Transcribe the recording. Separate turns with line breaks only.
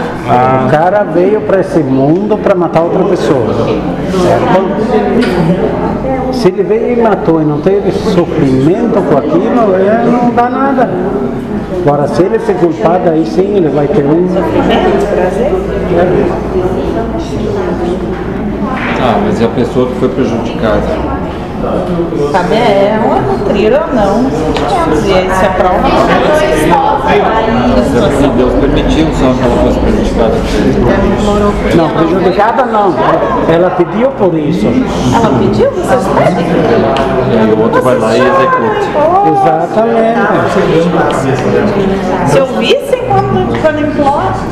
O cara veio para esse mundo para matar outra pessoa. Certo? Se ele veio e matou e não teve sofrimento com aquilo, é, não dá nada. Agora, se ele se culpar, daí sim ele vai ter um.
Ah, mas e a pessoa que foi prejudicada?
Sabe, é uma nutrira ou não, quer dizer, isso é prova.
Mas é porque Deus permitiu só que ela fosse prejudicada.
Não, prejudicada não. Ela pediu por isso.
Ela pediu, vocês pedem?
E aí o outro vai lá e executa.
Exatamente.
Se eu visse quando, quando implora,